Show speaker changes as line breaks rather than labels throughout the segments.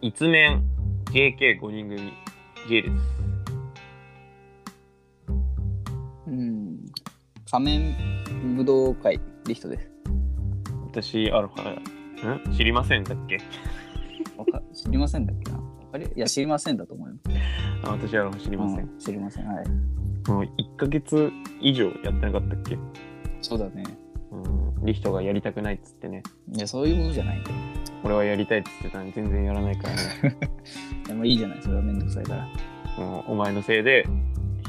一面 JK5 人組 J です
うん。仮面武道会リストです。
私アロハん知りませんだっけ
わか知りませんだっけな。あれいや、知りませんだと思います。
あ私アロハ知りません、
うん知りません。はい。
もう1ヶ月以上やってなかったっけ
そうだね。
うんリヒトがやりたくないっつってね
いや、そういうことじゃないんだよ。
俺はやりたいっつってたのに全然やらないから ね
いやまあいいじゃない。それはめんどくさいから。
もうお前のせいで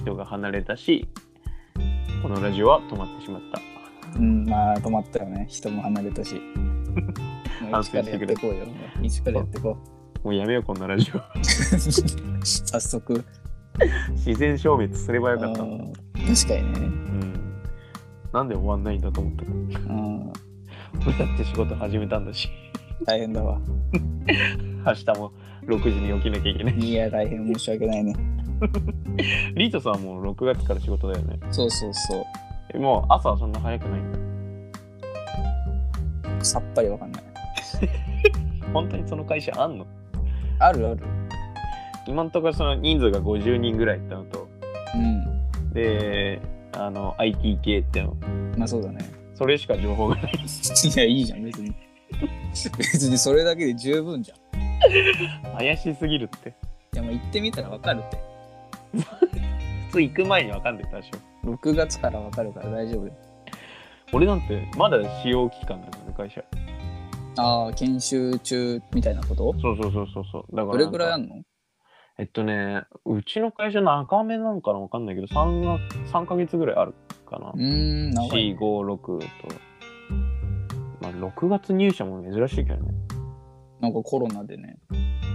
人が離れたしこのラジオは止まってしまった
うん、まあ、止まったよね。人も離 れたし。もう
反
一
省し
からや
て
っ
く
て
れ
いこうよ。一からやっていこう。
もうやめようこんなラジオ
早速。
自然消滅すれば
う
よか
ん
ったの
確か
う
にね。
んなんで終わんないんだと思ったの
うん、
俺だって仕事始めたんだし
大変だわ。
明日も6時に起きなきゃいけ ない
いや、大変申し訳ないね。
リートさんもう6月から仕事だよね
そうそうそう。
えもう朝はそんな早くないんだ
さっぱりわかんない。
本当にその会社あんの
あるある。
今のところその人数が50人ぐらいってのと
うん。
であの IT 系っての
まあそうだね。
それしか情報がない
いや、いいじゃん、別に。別にそれだけで十分じゃん。い
怪しすぎるって
や、まあ行ってみたらわかるって。
普通行く前に分かんでたでしょ
6月からわかるから大丈夫よ。
俺なんてまだ使用期間なんだよね会社
ああ、研修中みたいなこと
そうそうそうそうそうだから
どれぐらいあ
の
んの
えっとねうちの会社の赤目なんかな分かんないけど 3, が3ヶ月ぐらいあるかな
うーん、長い。
456とまあ6月入社も珍しいけどね
なんかコロナでね、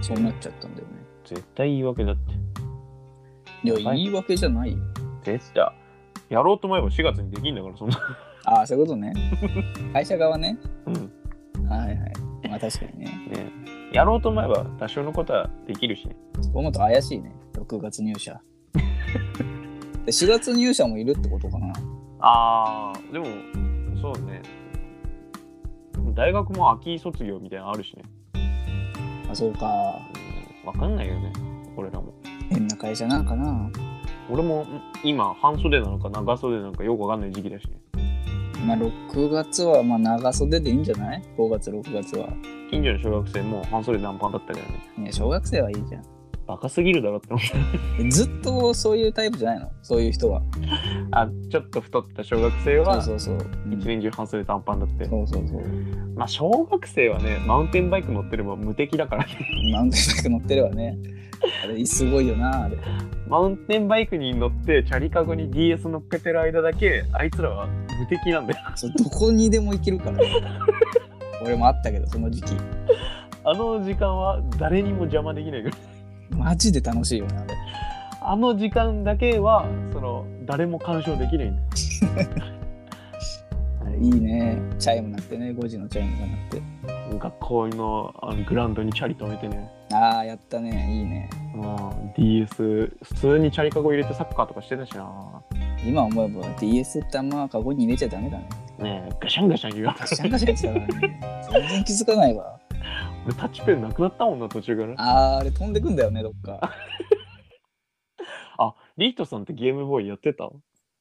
そうなっちゃったんだよね。
絶対言い訳だって
いや、
やばい
言い訳じゃないよ。
絶対やろうと思えば4月にできんだからそんな
ああ、そういうこと ね。会社側ね。
うん
はいはい。まあ確かにね。
ねやろうと思えば多少のことはできるしね
そう思うと怪しいね。6月入 社。で4月入社もいるってことかな。
ああでもそうね大学も秋卒業みたいなのあるしね、
あ、そうか。
うん、分かんないよね俺らも
変な会社なんかな。
俺もん今半袖なのか長袖なのかよく分かんない時期だしね
まあ6月はまあ長袖でいいんじゃない ?5 月、6月は。
近所の小学生もう半袖短パンだったけどね
いや、小学生はいいじゃ
バカすぎるだろって思った
ん。ずっとそういうタイプじゃないのそういう人は。
あちょっと太った小学生は
そうそうそう。うん
一年中半袖短パンだって、
そうそうそう。
まあ小学生はねマウンテンバイク乗ってれば無敵だからね
マウンテンバイク乗ってるわね。あれ、すごいよな、あれ。
マウンテンバイクに乗ってチャリカゴに DS 乗っけてる間だけあいつらは無敵なんだよ
そうどこにでも行けるから、ね。俺もあったけど、その時期。
あの時間は誰にも邪魔できないぐらい
マジで楽しいよね、あれ。
あの時間だけはその誰も干渉できないんだよ
あれ いいね。チャイム鳴ってね、5時のチャイムが鳴って。
学校のあのグラウンドにチャリ止めてね
ああ、やったね、いいね。
うん DS 普通にチャリカゴ入れてサッカーとかしてたしな
今思えば DS ってあんまカゴに入れちゃダメだね。
ねえガシャンガシャン言うわ
ガシャンガシャンやってたからね。全然気づかないわ。
俺タッチペンなくなったもんな途中から
あー、あれ飛んでくんだよね、どっか。
あリヒトさんってゲームボーイやってた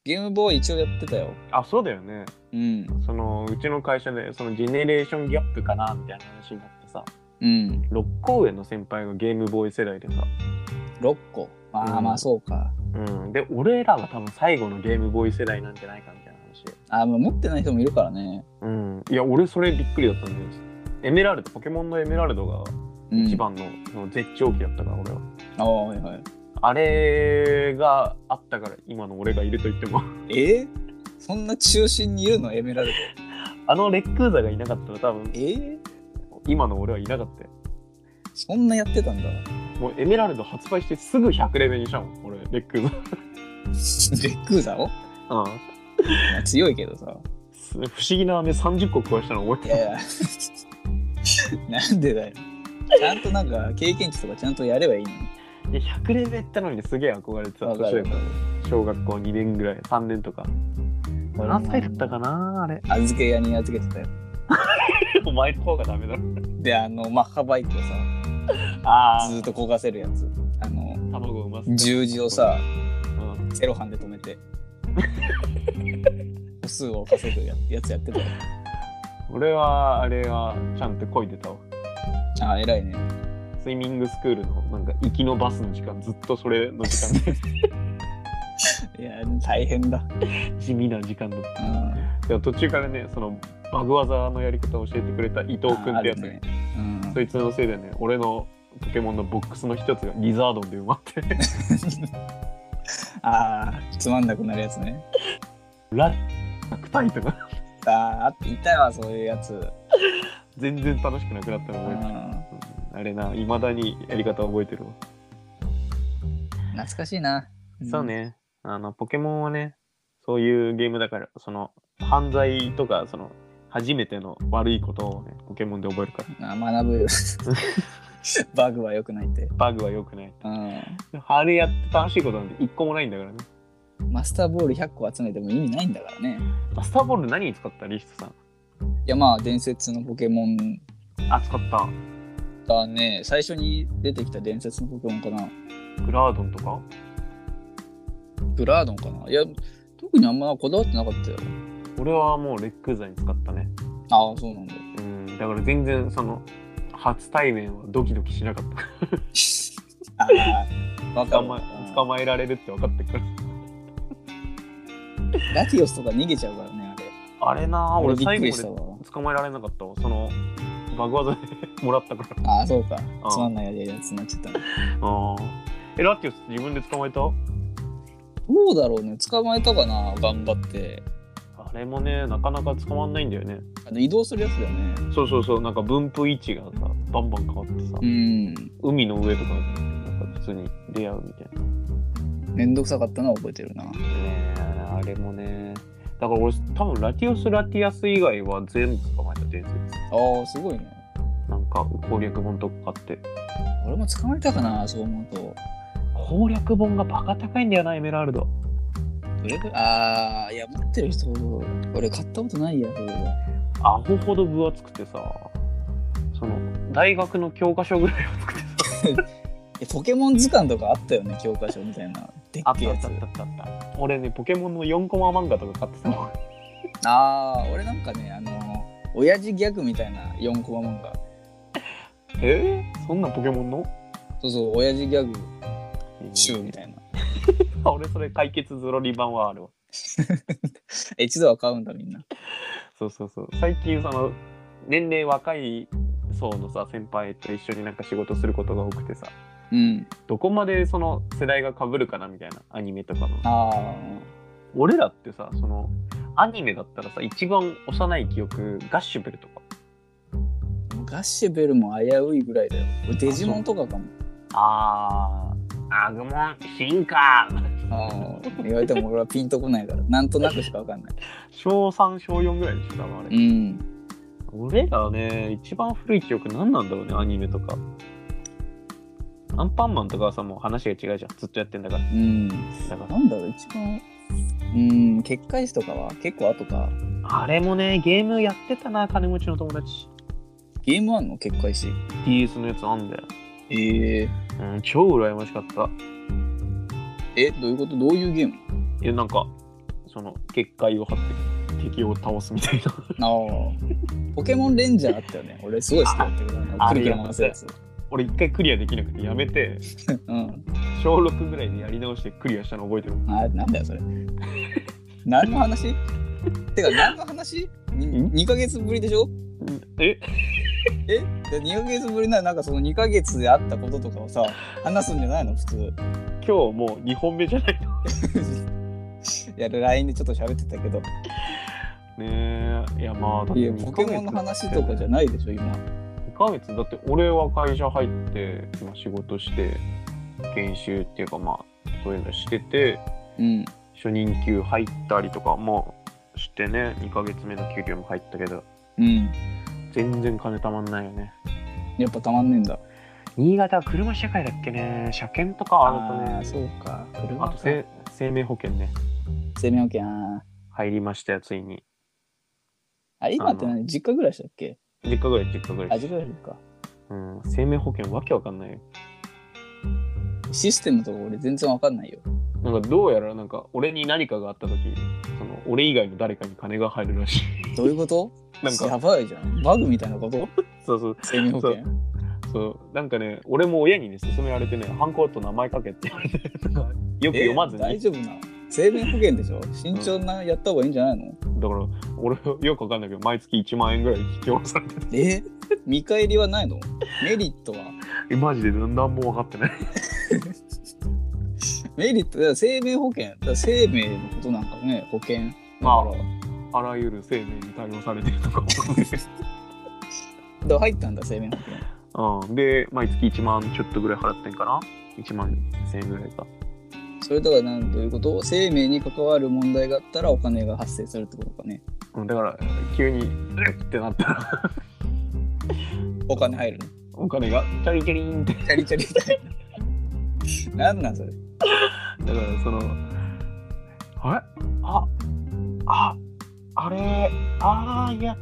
ゲームボーイ一応やってたよ。
あそうだよね
うん。
そのうちの会社でそのジェネレーションギャップかなみたいな話になってさ
うん。
六甲上の先輩がゲームボーイ世代でさ、
6個。ああ、
うん
まあそうか。
うん、で俺らが多分最後のゲームボーイ世代なんじゃないかみたいな話で
ああ、まあ持ってない人もいるからね。
うんいや俺それびっくりだったんだよエメラルドポケモンのエメラルドが
うん
一。番の,、その絶頂期だったから俺は
ああ、はいはい。
あれがあったから今の俺がいると言っても
えーそんな中心にいるのエメラルド。
あのレックーザがいなかったら多分
えー
今の俺はいなかったよ
そんなやってたんだ。 レ
もうエメラルド発売してすぐ100レベルにしたもん俺レックーザ
ックーザを、ま
うん
あ、強いけどさ。
す不思議な飴30個食わしたの覚
い
えて
やい や。なんでだよ。ちゃんとなんか経験値とかちゃんとやればいいのに。
るいや100レベルったのにすげえ憧れてた
わかる
年上小学校2年ぐらい3年とか何歳だったかなあれ
預け屋に預けてたよ。
お前の方がダメだろ
で、あの、マッハバイクをさ、
あ
ずー
あ
っと焦がせるやつあの
卵うまそう
十字をさ
うん
セロハンで止め て歩数を稼ぐややつやってたよ
俺はあれはちゃんとこいでたわ
ああ偉いね
スイミングスクールのなんか行きのバスの時間ずっとそれの時間で
いや大変だ
地味な時間だっ
うん
たでも途中からねそのバグ技のやり方を教えてくれた伊藤君ってやつ
あ
が
るねうん
そいつのせいでね俺のポケモンのボックスの一つがリザードンで埋まって
ああつまんなくなるやつね
ラックタイとか
ああいたわそういうやつ、
全然楽しくなくなったの
う
覚えてる
ん、
あれないまだにやり方覚えてるわ、
懐かしいな
そうねあのポケモンはねそういうゲームだからその犯罪とかその初めての悪いことをねポケモンで覚えるから
あ学ぶ バグは良くないって、
バグは良くない
うん、
あれやって楽しいことなんて一個もないんだからね
マスターボール100個集めても意味ないんだからね
マスターボール何に使ったリストさん
いやまあ伝説のポケモン
あ使った
だね最初に出てきた伝説のポケモンかな
グラードンとか
グラードンかないや特にあんまこだわってなかったよ
俺はもうレックーザに使ったね
ああそうなんだ
うんだから全然その初対面はドキドキしなかった
ああわか
捕
る
ま捕まえられるって分かってくる
ラティオスとか逃げちゃうからねあれ
あれなあ俺
びっ
最
く
後
りした
ま
わ
で捕まえられなかったわそのバグ技で もらったから
ああそうかつまんないやつになっちゃったね
あえラティオス自分で捕まえた
どうだろうね捕まえたかな頑張って
あれもねなかなか捕まんないんだよね
あの移動するやつだよね
そうそうそうなんか分布位置がさバンバン変わってさ、
うん
海の上とかなんか普通に出会うみたいな
めんどくさかったのは覚えてるな
ねえあれもねだから俺多分ラティオス・ラティアス以外は全部捕まえた伝説
ああすごいね
なんか攻略本とか買って
俺も捕まえたかなそう思うと
攻略本がバカ高いんだよなエメラルド
どれくらいああいや持ってる人俺買ったことないやつ
アホほど分厚くてさその大学の教科書 ぐらい厚くてさ
えポケモン図鑑とかあったよね教科書みたいなでっ
あっ
けえ
たあ
や
っ
つ
たあったあった俺ねポケモンの4コマ漫画とか買ってたもん
ああ俺なんかねあの親父ギャグみたいな4コマ漫画
えー、そんなポケモンの
そうそう親父ギャグ集みたいな
あ 俺それ解決ゾロリ版はあるわ
え一度は買うんだみんな
そうそうそう最近その年齢若い層のさ先輩と一緒になんか仕事することが多くてさ
うん
どこまでその世代が被るかなみたいなアニメとかの
ああ
俺らってさそのアニメだったらさ一番幼い記憶ガッシュベルとか
ガッシュベルも危ういぐらいだよ俺デジモンとかかも
あーアグモン進化
ああ言われても俺はピンとこないからなんとなくしかわかんない
小3小4ぐらいでしょ多分あ
う
れ、
ん
俺らね一番古い記憶何なんだろうねアニメとかアンパンマンとかはさもう話が違うじゃんずっとやってんだから
うん
だか
なんだろう一番うん結界誌とかは結構後から
あれもねゲームやってたな金持ちの友達
ゲームワンの結界誌
DS のやつあんだよ
ええ
うん超羨ましかった
えどういうことどういうゲーム
いやなんかその結界を張って敵を倒すみたいな
ああポケモンレンジャーあったよね俺すごい好きだったけど
あ
くるくる回すやつ
俺一回クリアできなくてやめて
うん
小6ぐらいでやり直してクリアしたの覚えてる
あれなんだよそれ何の話てか何の話に ?2 ヶ月ぶりでしょ
え
えで ?2 ヶ月ぶりならなんかその2ヶ月であったこととかをさ話すんじゃないの普通
今 日もう2本目じゃないの
いや LINE でちょっと喋ってたけど
ねえいやまあだって
いや
二
ポ
ヶ
ケ
月
モンの話とかじゃないでしょ今
2ヶ月だって俺は会社入って今仕事して研修っていうかまあそういうのしてて
うん
初任給入ったりとかもしてね2ヶ月目の給料も入ったけど
うん
全然金たまんないよね
やっぱたまんねえんだ
新潟は車社会だっけね車検とかあると
ー
ね
そうか
あ
車
と
か
せ生命保険ね
生命保険あー
入りましたよついに
あれ今って何実家暮らしだっけ
10日ぐらい10日ぐら
あ
い
実家暮らしか
うん、生命保険わけわかんないよ。
システムとか俺全然わかんないよ。
なんかどうやらなんか俺に何かがあった時その俺以外の誰かに金が入るらしい。
どういうこと
なん
や
か
ばいじゃん。バグみたいなこと
そうそう
生命保険。
そうなんかね俺も親にね勧められてねハンコと名前書けって言われてなんかよく読まず
え
に、
大丈夫なの生命保険でしょ慎重なやった方がいいんじゃないの、
だから俺よくわかんないけど毎月1万円ぐらい引き下ろされてる
え見返りはないのメリットは
えマジで何も分かってない。
メリットだから生命保険だから生命のことなんかね保険
まああらゆる生命に対応されてるとか思うんです
だから入ったんだ生命保険
うん、で、毎月1万ちょっとぐらい払ってんかな ?1 万1000円ぐらいか。
それとかなんということ生命に関わる問題があったらお金が発生するってことかね
うん、だから、急に、うっってなったら、
お金入るの
お金が、チャリチャリンって。
チャリチャリみたい ななんなんそれ
だから、その、あれあ、あ、あれ、あー、やっ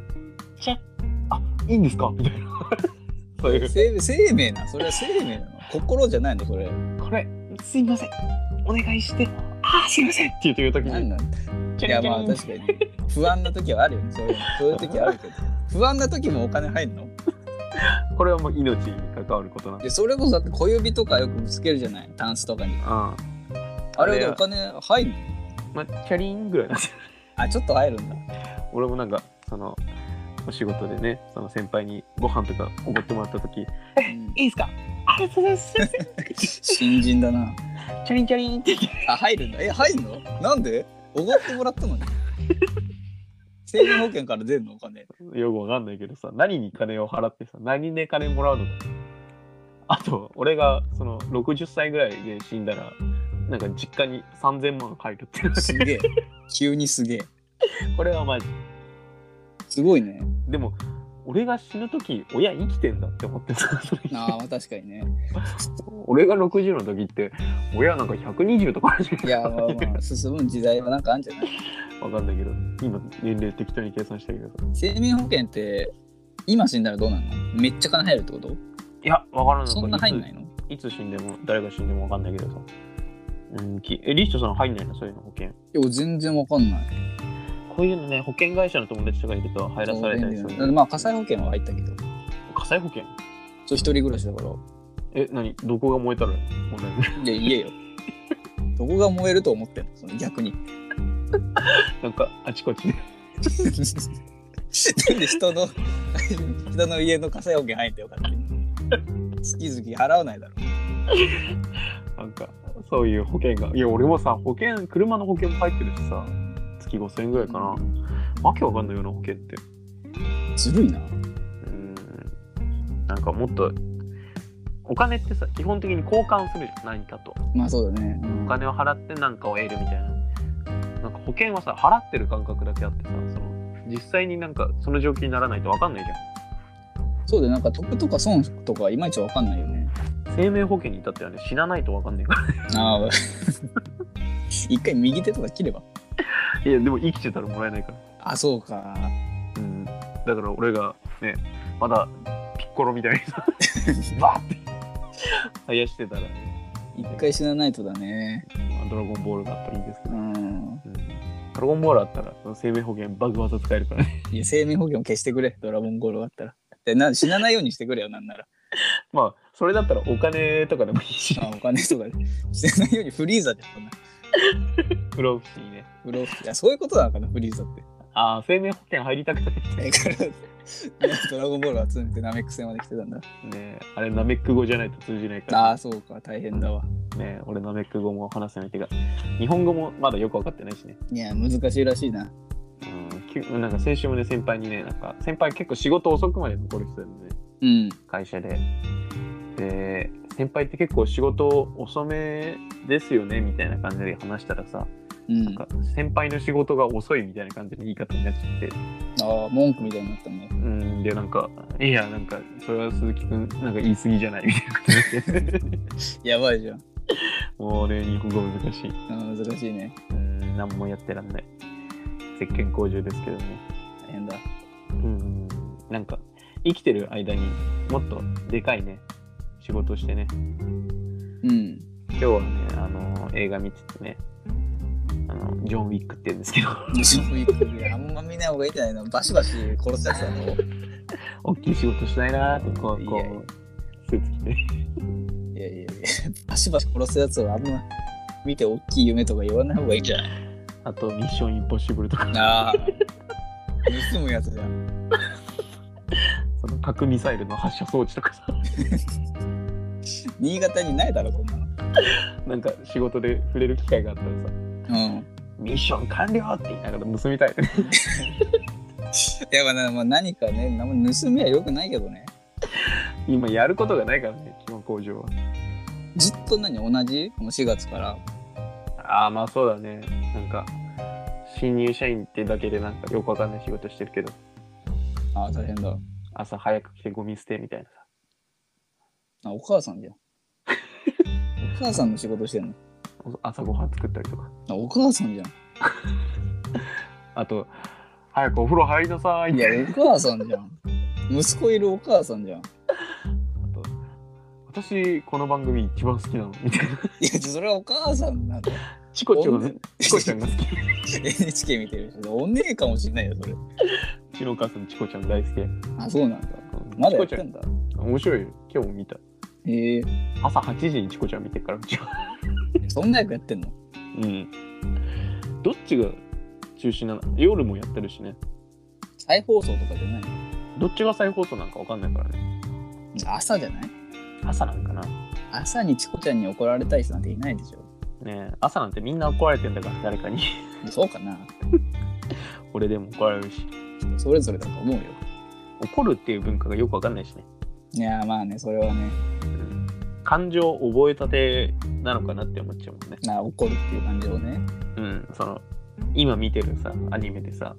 ちゃ、あ、いいんですかみたいな。そういう、
生命生命なのそれは生命なの心じゃないのそれ
これ、すいません。お願いして、あー、すいませんって言ってる時
なん
に、
なん
チ
い
ャ
や
リチ
まあ
ャリン
確かに不安な時はあるよねそういうそういう時はあるけど不安な時もお金入るの
これはもう命に関わることなんで。
でそれこそだって小指とかよくぶつけるじゃないタンスとかに
うん。
あれでお金入るの
まあ、チャリンぐらいなん です
あちょっと入るんだ
俺もなんかそのお仕事でねその先輩にご飯とかおごってもらった時「いいですかありがとうございます」
新人だな
チャリンチャリンって言って
あ入るんだえ入るのなんでおごってもらったのに生命保険から出るのお金
よくわかんないけどさ何に金を払ってさ何で金もらうのかあと俺がその60歳ぐらいで死んだらなんか実家に3000万入るっていう
すげえ急にすげえ
これはマジ
すごいね
でも俺が死ぬ時親生きてんだって思ってさそれ
あーまあ確かにね
俺が60の時って親なんか120とかあるじゃん
いやまあ まあ進む時代はなんかあるんじゃない
わかんないけど、今年齢適当に計算したけどさ。
生命保険って今死んだらどうなるのめっちゃ金入るってこと
いや、わからない。
そんな入んないいの
つ。いつ死んでも、誰が死んでもわかんないけどさ。うん、きえ、リストさん入んないのそういうの保険。
いや全然わかんない
こういうのね、保険会社の友達とかいると入らされたりす
だって
る。
まあ火災保険は入ったけど
火災保険
そう一人暮らしだから
え、何どこが燃えたら問題
いや言えよ どこが燃えると思ってんのその逆に
なんか、あちこちで。
なんで人の 人の家の火災保険入ってよかった月々払わないだろ
なんか、そういう保険が。いや、俺もさ、保険、車の保険も入ってるしさ、月5000円ぐらいかな。わけわかんないような保険って。
ずるいな
うーんなんかもっとお金ってさ基本的に交換するじゃん何かと
まあそうだね、うん
お金を払って何かを得るみたいななんか保険はさ払ってる感覚だけあってさその実際になんかその状況にならないと分かんないじ
そうだよなんか得とか損とかいまいちわかんないよね
ゃん生命保険に至ってはね死なないと分かんないか
ああ 一回右手とか切れば
ら いやでも生きてたらもらえないから
あそうか
うんだから俺がねまだピッコロみたいにさ バーって生やしてたら
一回死なないとだね
ドラゴンボールがあったらいいんですけ
う
ど、
ん
うん、ドラゴンボールあったらその生命保険バグ技使えるから ね
いや生命保険を消してくれドラゴンゴールがあったらでな死なないようにしてくれよなんなら
まあ、それだったらお金とかでもいいし、
あお金とかでしてないようにフリーザでこんな
不老不死にね。
不老不死いやそういうことなのかなフリーザって
ああ、生命保険入りたくないみたい
だからドラゴンボールを集めてナメック星まで来てたんだ
な。ねあれ、ナメック語じゃないと通じないか
あ
ら
あ、そうか大変だわ
ね俺、ナメック語も話せないけど、日本語もまだよく分かってないしね。
いや難しいらしいな
うんきゅ、なんか先週もね、先輩にね、なんか、先輩結構仕事遅くまで残る人なんでね、
うん
会社で。で、先輩って結構仕事遅めですよね、みたいな感じで話したらさ、
うん
なんか、先輩の仕事が遅いみたいな感じの言い方になっちゃって、
ああ文句みたいになったね
うん、で、なんか、いや、なんか、それは鈴木くん、なんか言い過ぎじゃないみたいなことになって。
やばいじゃん
もうね、日本語難しい。
うん難しいね
うん、何もやってらんない。石鹸工場ですけどね。
大変だ
うん、なんか、生きてる間にもっとでかいね仕事してね
うん。
今日はねあの映画見ててねあのジョン・ウィックって言うんですけど
そういう、あんま見ない方がいいんじゃないのバシバシ殺すやつだも
大きい仕事しないなーってこうこ
いやいや
うスーツ着て
いやいやいや、バシバシ殺すやつはあんま見て大きい夢とか言わない方がいいんじゃない
あとミッション・インポッシブルとか
ああ。盗むやつじゃん。
その核ミサイルの発射装置とかさ
新潟にないだろ、こんなの。
なんか仕事で触れる機会があったらさ
うん。
「ミッション完了!」って言いながら盗みたいね
やっぱな、まあ、何かね、何も盗みは良くないけどね。
今やることがないからね基本工場は
ずっと何同じもう4月から。
ああまあそうだねなんか新入社員ってだけでなんかよくわかんない仕事してるけど
ああ、大変だ。
朝早く来てゴミ捨てみたいなさ
あお母さんじゃん。お母さんの仕事してんの
朝ごはん作ったりとか
あお母さんじゃ
あと早くお風呂入りなさい
ん。
っ
い
て
や、お母さんじゃん。息子いるお母さんじゃん。
あと私この番組一番好きなのみたいない
や、それはお母さんなんだ。
チコちゃん
お
が
ん
チコちゃんが好き
NHK 見てる人。お姉かもしれないよ、それ。
うちのお母さんチコちゃん大好きうん
あ、そうなんだ。まだ
チ
や
コ
っ
ち
て
ゃん
んだ。
面白いよ今日も見た
ええ
朝8時にチコちゃん見てるからうちは
そんな役やってんの
うんどっちが中心なの夜もやってるしね
再放送とかじゃないの
どっちが再放送なんかわかんないからね
朝じゃない
朝なんかな
朝にチコちゃんに怒られたい人なんていないでしょ。
ねえ朝なんてみんな怒られてんだから誰かに
そうかな
俺でも怒られるし
人それぞれだと思うよ。
怒るっていう文化がよくわかんないしね、
いやーまあね、それはね、
うん、感情を覚えたてなのかなって思っちゃうもんね
な怒るっていう感じをね。
うんその今見てるさアニメでさ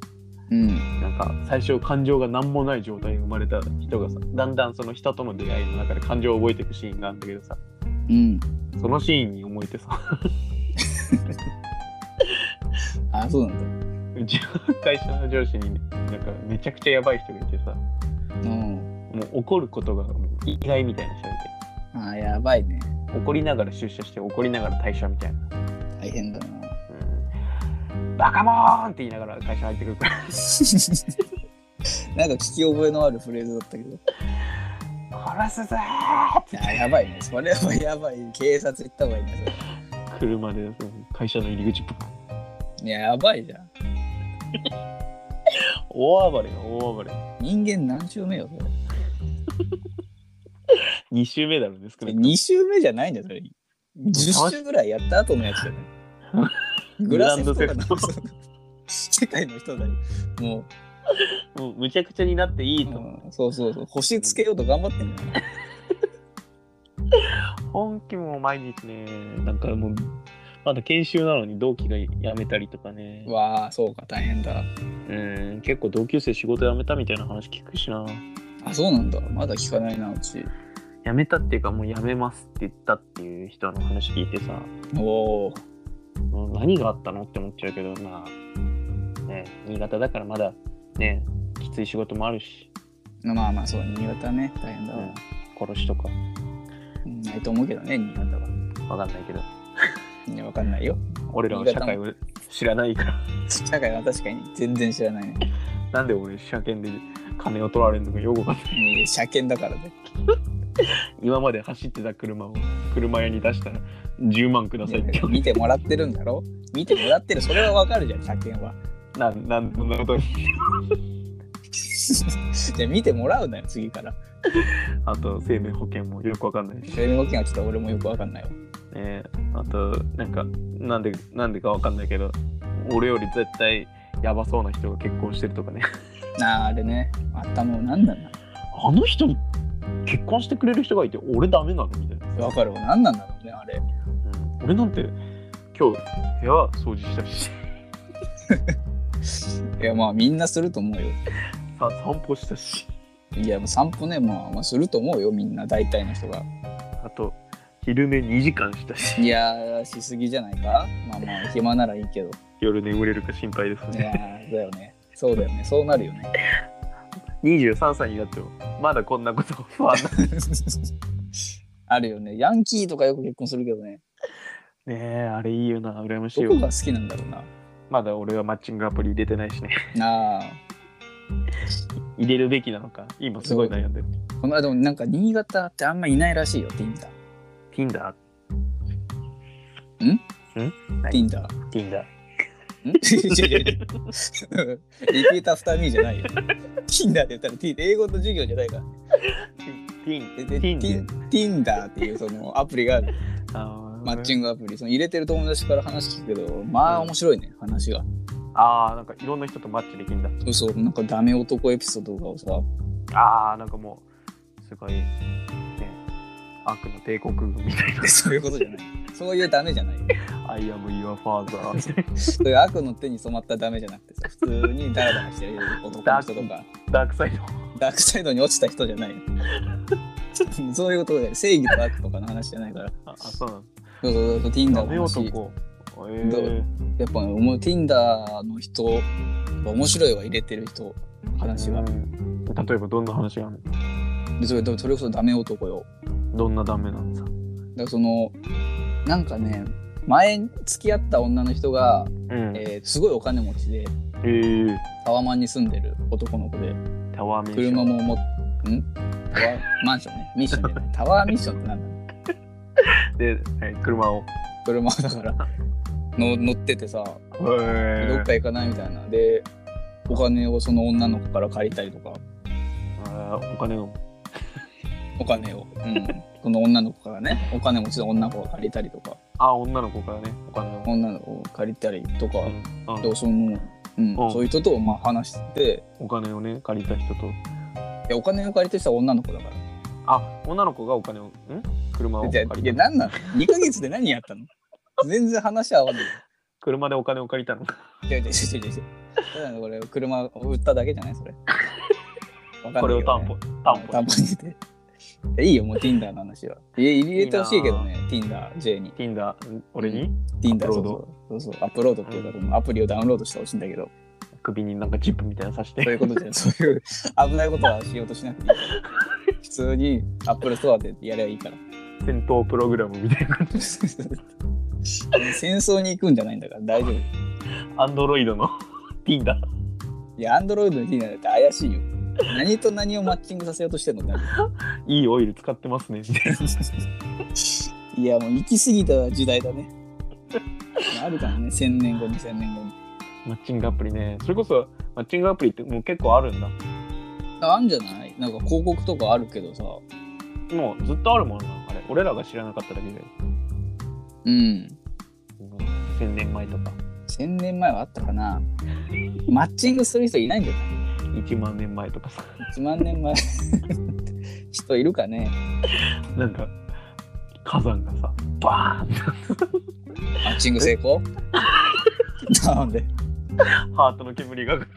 うん。
なんか最初感情が何もない状態に生まれた人がさだんだんその人との出会いの中で感情を覚えていくシーンがあるんだけどさ
うん。
そのシーンに思えてさ
あ、そうなんだ。
うちの会社の上司になんかめちゃくちゃやばい人がいてさ
うん。
もう怒ることがもう意外みたいな人がい
あー、やばいね。
て怒りながら出社して怒りながら退社みたいな
大変だな。
う んバカモーンって言いながら会社入ってくるから
なんか聞き覚えのあるフレーズだったけど。
殺すぞーって
あやばいね。それはやばい。警察行った方がいいね。それ
車でその会社の入り口ぶっ
いや、やばいじゃん。
大暴れよ大暴れ
人間何周目よ、それ。
2周目だろうね少なくとも
2周目じゃないんだよ、それ。10周ぐらいやった後のやつだよ ね。グラセフとか
グ
の
ランドセ
世界の人だよ。も、
もうむちゃくちゃになっていいうと、
うん そうそうそう。星つけようと頑張ってんだよ、ね。
本気も毎日ねなんかもうまだ研修なのに同期が辞めたりとかね
わあ、そうか、大変だ。
うん結構同級生仕事辞めたみたいな話聞くしな
あ、そうなんだ。まだ聞かないな、うち。
辞めたっていうかもう辞めますって言ったっていう人の話聞いてさ
おお。
もう何があったのって思っちゃうけどまあね新潟だからまだねきつい仕事もあるし、
まあまあ、そう、新潟ね、大変だわ。
殺しとか
うんないと思うけどね、新潟は。
わかんないけど
いや、わかんないよ。
俺らは社会を知らないから
社会は確かに全然知らないね。
なんで俺車検で金を取られるのかよくわかんない
いや車検だからね。
今まで走ってた車を車屋に出したら10万くださいって
見てもらってるんだろ見てもらってる、それはわかるじゃん、車検は。
なんなんそんなことに
じゃあ見てもらうなよ次から
あと生命保険もよくわかんないし、
生命保険はちょっと俺もよくわかんないわ
ね、あとなんかなんでなんでかわかんないけど俺より絶対やばそうな人が結婚してるとかね
なああれね頭を何なんだ
あの人結婚してくれる人がいて俺ダメなのみたいな、
ろうわかるわ何なんだろうねあれ
うん俺なんて今日部屋掃除したりして
いやまあみんなすると思うよ
さ散歩したし
いやもう散歩ねまあまあすると思うよみんな大体の人が
あと昼寝2時間したし
いやーしすぎじゃないかまあまあ暇ならいいけど
夜眠れるか心配です
い
ね
やーだよねそうだよねそうなるよね
23歳になってもまだこんなこと不安な
あるよね。ヤンキーとかよく結婚するけどね。
ねえあれいいよな羨ましい
どこ
よ
が好きなんだろうな。
まだ俺はマッチングアプリ入れてないしね
なあ。
入れるべきなのか今すごい悩んでる
この間もなんか新潟ってあんまいないらしいよ、Tinder。
Tinder
Tinder。
Tinder
ん違う違う違うリピータースターミーじゃないよ。Tinder って言ったら T- 英語の授業じゃないから。
Tin-
でで
Tinder
Tin- Tinder っていうそのアプリがある。
あ
マッチ
ング
ングアプリ。その入れてる友達から話聞くけど、まあ面白いね、話が。
ああなんかいろんな人とマッチできるんだ
嘘、なんかダメ男エピソードとかをさ、
ああなんかもうすごいね悪の帝国軍みたいな
でそういうことじゃない。そういうダメじゃない。
「I am your father みたいな
そういう悪の手に染まったダメじゃなくてさ、普通にダラダラしてる男の人とか、」
ダークサイド
ダークサイドに落ちた人じゃないよ。 そういうことで、正義と悪とかの話じゃないから。
ああそうなんだ
そうそうそう、Tinder の
ダメ
話。や
男え
どう
ー、
っぱ、もう Tinder の人、やっぱ面白いわ、入れてる人、話が。
うん例えばどんな話がある
でそれでそれこそダメ男よ。
のどんなダメなんですか
だからその、なんかね、前付き合った女の人が、
うんえ
えーすごいお金持ちで、
ー、
タワマンに住んでる男の子で、
タワーミッション
車も持っんタワーマンションね ミッションじゃないタワーミッションってなんだろう
で、えー車を
車だからの乗っててさど
えー
っか行かないみたいなでお金をその女の子から借りたりとか
あーお金を
お金を、うん、その女の子からねお金持ちの女の子が借りたりとか
あー女の子からねお金を、
女の子を借りたりとか、
うんうん
でその、うん
うん
そういう人とまあ話して
お金をね借りた人と
いやお金を借りてした女の子だか
あ女の子がお金をん車を
らじゃ
借
あい
り
や
た
何なの2ヶ月で何やったの全然話合わない
車でお金を借りたの
違う違う違う違う違う。ただのこれ車を売っただけじゃないそ れ。わかんないけどね
これを担保担保
担保にして。いいよもう Tinder の話は。いや入れてほしいけどね TinderJ に。
Tinder 俺に
Tinder
アップ
そ
ロー
う
ド
そうそうそうアップロードっていうか、アプリをダウンロードしてほしいんだけど
首になんかチップみたいなの刺し
そうい
て
うことじゃないそういう危ないことはしようとしなくていいから普通に Apple Store でやればいい から
戦闘プログラムみたいな
戦争に行くんじゃないんだから大丈夫い
アンドロイドの Tinder
や Android の Tinder だって怪しいよ何と何をマッチングさせようとしてんのってなる
いいオイル使ってますねみたいない
やもう行き過ぎた時代だね。あるからね、1000年後、2000年後に。
マッチングアプリねそれこそマッチングアプリってもう結構あるんだ
ああんじゃないなんか広告とかあるけどさ。
もうずっとあるもんなあれ俺らが知らなかっただけで
うん。
うん1000年前とか
1000年前はあったかな。マッチングする人いないんじゃない
1万年前とかさ
?1 万年前。人いるかね
なんか火山がさバーンっ
マッチング成功なんで
て ハートの煙が上がっ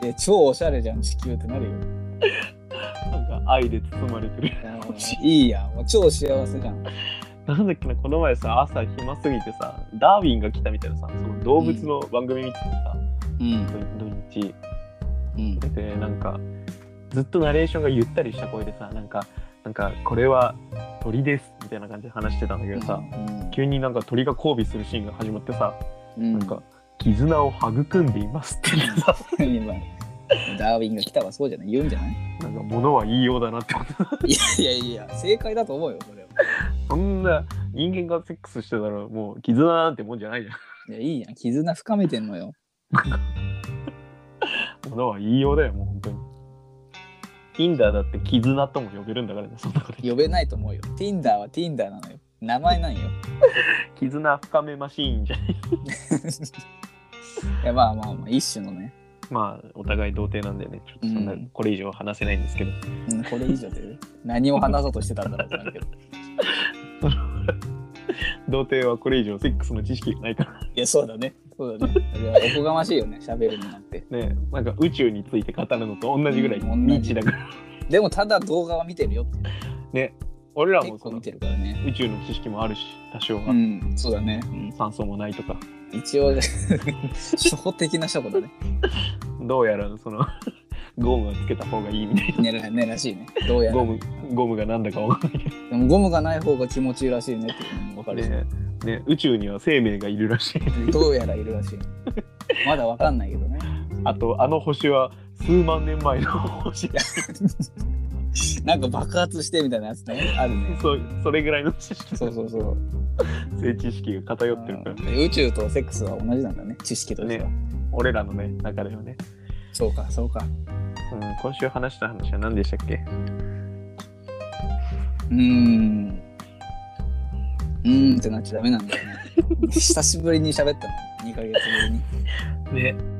て
いや超おしゃれじゃん、地球ってなるよ。
なんか愛で包まれてる
いいやん、もう超幸せじゃん。
なんだっけなこの前さ朝暇すぎてさダーウィンが来たみたいなさその動物の番組見ててさ、
うん、
土日
うん、
でなんかずっとナレーションがゆったりした声でさなんかなんかこれは鳥ですみたいな感じで話してたんだけどさ、急になんか鳥が交尾するシーンが始まってさ、
うん、
なんか絆を育んでいますっていうさ
今ダーウィンが来たはそうじゃない言うんじゃない
なんか物は言いようだなってこと
いやいやいや正解だと思うよこれは
そんな人間がセックスしてたらもう絆なんてもんじゃないじゃ
いやいいやん絆深めてんのよ
ん物は言いようだよもう本当に Tinder だって絆とも呼べるんだからねそんなこと
呼べないと思うよ Tinder は Tinder なのよ名前なんよ
絆深めマシーンじゃん
いやまあまあまあ一種のね、
まあお互い童貞なんでねちょっとそんな
うん
これ以上は話せないんですけど、
うん、これ以上で 何を話そうとしてたんだろうってなるけど
童貞はこれ以上セックスの知識がないから
いやそうだねそうだねそれはおこがましいよね喋るになって
ねなんか宇宙について語るのと同じぐらい
うん同
未知
じ
だから
でもただ動画は見てるよって
ね俺ら
結
もそ
構
の
見てるからね
宇宙の知識もあるし多少
う
は
んそうだね、うん
酸素もないとか、
一応初歩的な初歩だね
どうやらその ゴムはつけた方がいいみたい
ねらねらしいね。どうや
な。ゴ
ら。
ム、ゴムがなんだかわかんないけ
でもゴムがない方が気持ちいいらしいねっていうのも分か
ど
るし、
ね。ね、宇宙には生命がいるらしい。
どうやらいるらしい。まだ分かんないけどね。
あと、あの星は数万年前の星だ。
なんか爆発してみたいなやつね。あるね。
そう、それぐらいの知識、
そうそうそう。
性知識が偏ってるから。
うん宇宙とセックスは同じなんだね。知識としては。
俺らのね、中ではね。
そうか、そうか。
うん、今週話した話は何でしたっけ
うーん。うーんってなっちゃダメなんだよね。久しぶりに喋ったの。2ヶ月ぶりに。
ね。